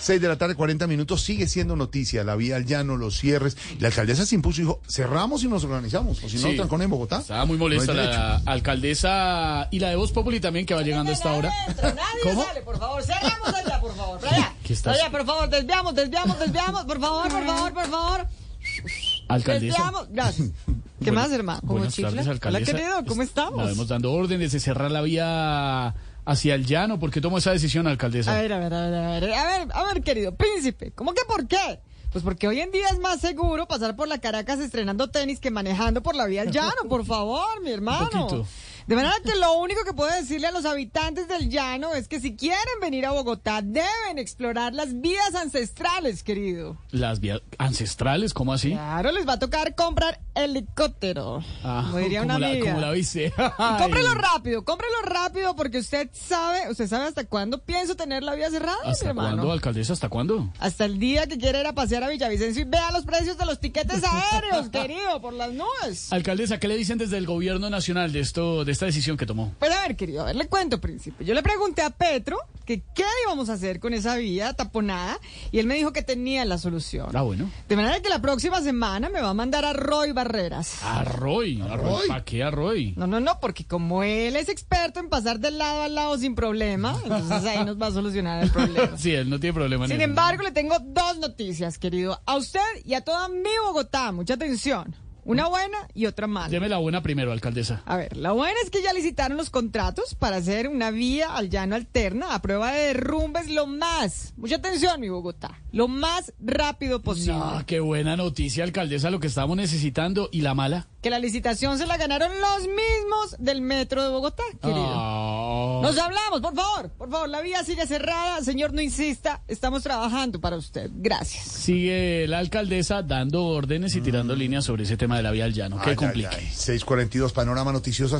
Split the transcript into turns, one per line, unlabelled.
6 de la tarde, 40 minutos, sigue siendo noticia la vía al llano, los cierres. La alcaldesa se impuso y dijo, cerramos y nos organizamos, o si no,
Sí.
trancón en Bogotá.
Estaba muy molesta
No hay
la alcaldesa y la de Voz Populi también que va llegando a esta
Nadie
hora.
entra, nadie sale, por favor. Cerramos allá, por favor. Por allá.
¿Qué estás-
Por allá, por favor, desviamos, desviamos, desviamos. Por favor, por favor, por favor.
Alcaldesa.
Desviamos. Gracias. ¿Qué
Buenas-
más, hermano? ¿Cómo
Buenas
chifla?
tardes,
Hola,
alcaldesa.
querido, ¿cómo
Estamos
estamos?
dando órdenes de cerrar la vía hacia el llano. ¿Por qué tomó esa decisión,
A
alcaldesa?
ver, a ver, a ver, a ver, a ver, a ver, querido príncipe, ¿cómo que por qué? Pues porque hoy en día es más seguro pasar por la Caracas estrenando tenis que manejando por la vía al llano, por favor, mi hermano.
poquito.
De manera que lo único que puedo decirle a los habitantes del llano es que si quieren venir a Bogotá deben explorar las vías ancestrales, querido.
Las vías ancestrales, ¿cómo así?
Claro, les va a tocar comprar helicóptero.
Ah,
como diría una
¿cómo la-
amiga.
cómo la viste?
Y
Ay.
cómprelo rápido, cómprelo rápido porque usted sabe, usted sabe hasta cuándo pienso tener la vía cerrada, mi
¿Hasta
hermano.
cuándo, alcaldesa? ¿Hasta cuándo?
Hasta el día que quiera ir a pasear a Villavicencio y vea los precios de los tiquetes aéreos, querido, por las nubes.
Alcaldesa, ¿qué le dicen desde el gobierno nacional de esto, de esta decisión que tomó?
Pues a ver, querido, a ver, le cuento, príncipe. Yo le pregunté a Petro que qué íbamos a hacer con esa vía taponada y él me dijo que tenía la solución.
Ah, bueno.
De manera que la próxima semana me va a mandar a Roy Barreras.
Arroy, Arroy,
Arroy.
¿para qué Arroy?
No, no, no, porque como él es experto en pasar de lado a lado sin problema, entonces ahí nos va a solucionar el problema.
Sí, él no tiene problema en
Sin
eso.
embargo, le tengo dos noticias, querido. A usted y a toda mi Bogotá. Mucha atención. Una buena y otra mala.
Deme la buena primero, alcaldesa.
A ver, la buena es que ya licitaron los contratos para hacer una vía al llano alterna a prueba de derrumbes lo más, mucha atención mi Bogotá, lo más rápido posible.
No, qué buena noticia, alcaldesa, lo que estábamos necesitando y la mala.
Que la licitación se la ganaron los mismos del metro de Bogotá, querido.
Ah,
Nos hablamos, por favor, por favor, la vía sigue cerrada, señor, no insista, estamos trabajando para usted, gracias.
Sigue la alcaldesa dando órdenes y tirando líneas sobre ese tema de la vía al llano.
Mm. Ay,
Qué
ay,
complique.
ay. 6.42, panorama noticioso.